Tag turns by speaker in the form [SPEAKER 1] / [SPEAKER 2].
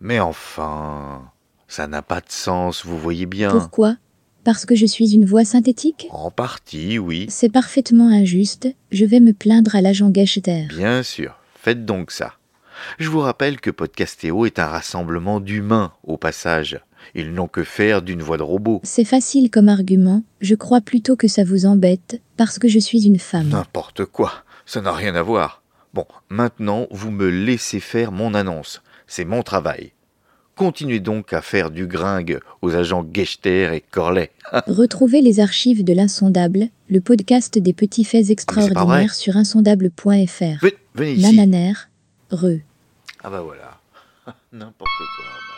[SPEAKER 1] Mais enfin, ça n'a pas de sens, vous voyez bien.
[SPEAKER 2] Pourquoi Parce que je suis une voix synthétique
[SPEAKER 1] En partie, oui.
[SPEAKER 2] C'est parfaitement injuste, je vais me plaindre à l'agent Gacheter.
[SPEAKER 1] Bien sûr, faites donc ça. Je vous rappelle que Podcastéo est un rassemblement d'humains, au passage. Ils n'ont que faire d'une voix de robot.
[SPEAKER 2] C'est facile comme argument, je crois plutôt que ça vous embête, parce que je suis une femme.
[SPEAKER 1] N'importe quoi, ça n'a rien à voir. Bon, maintenant, vous me laissez faire mon annonce. C'est mon travail. Continuez donc à faire du gringue aux agents Gechter et Corley.
[SPEAKER 2] Retrouvez les archives de l'Insondable, le podcast des petits
[SPEAKER 1] Ah,
[SPEAKER 2] faits
[SPEAKER 1] vrai.
[SPEAKER 2] extraordinaires sur insondable.fr.
[SPEAKER 1] Ven- Venez ici.
[SPEAKER 2] Nananer, re.
[SPEAKER 1] Ah bah voilà. N'importe quoi.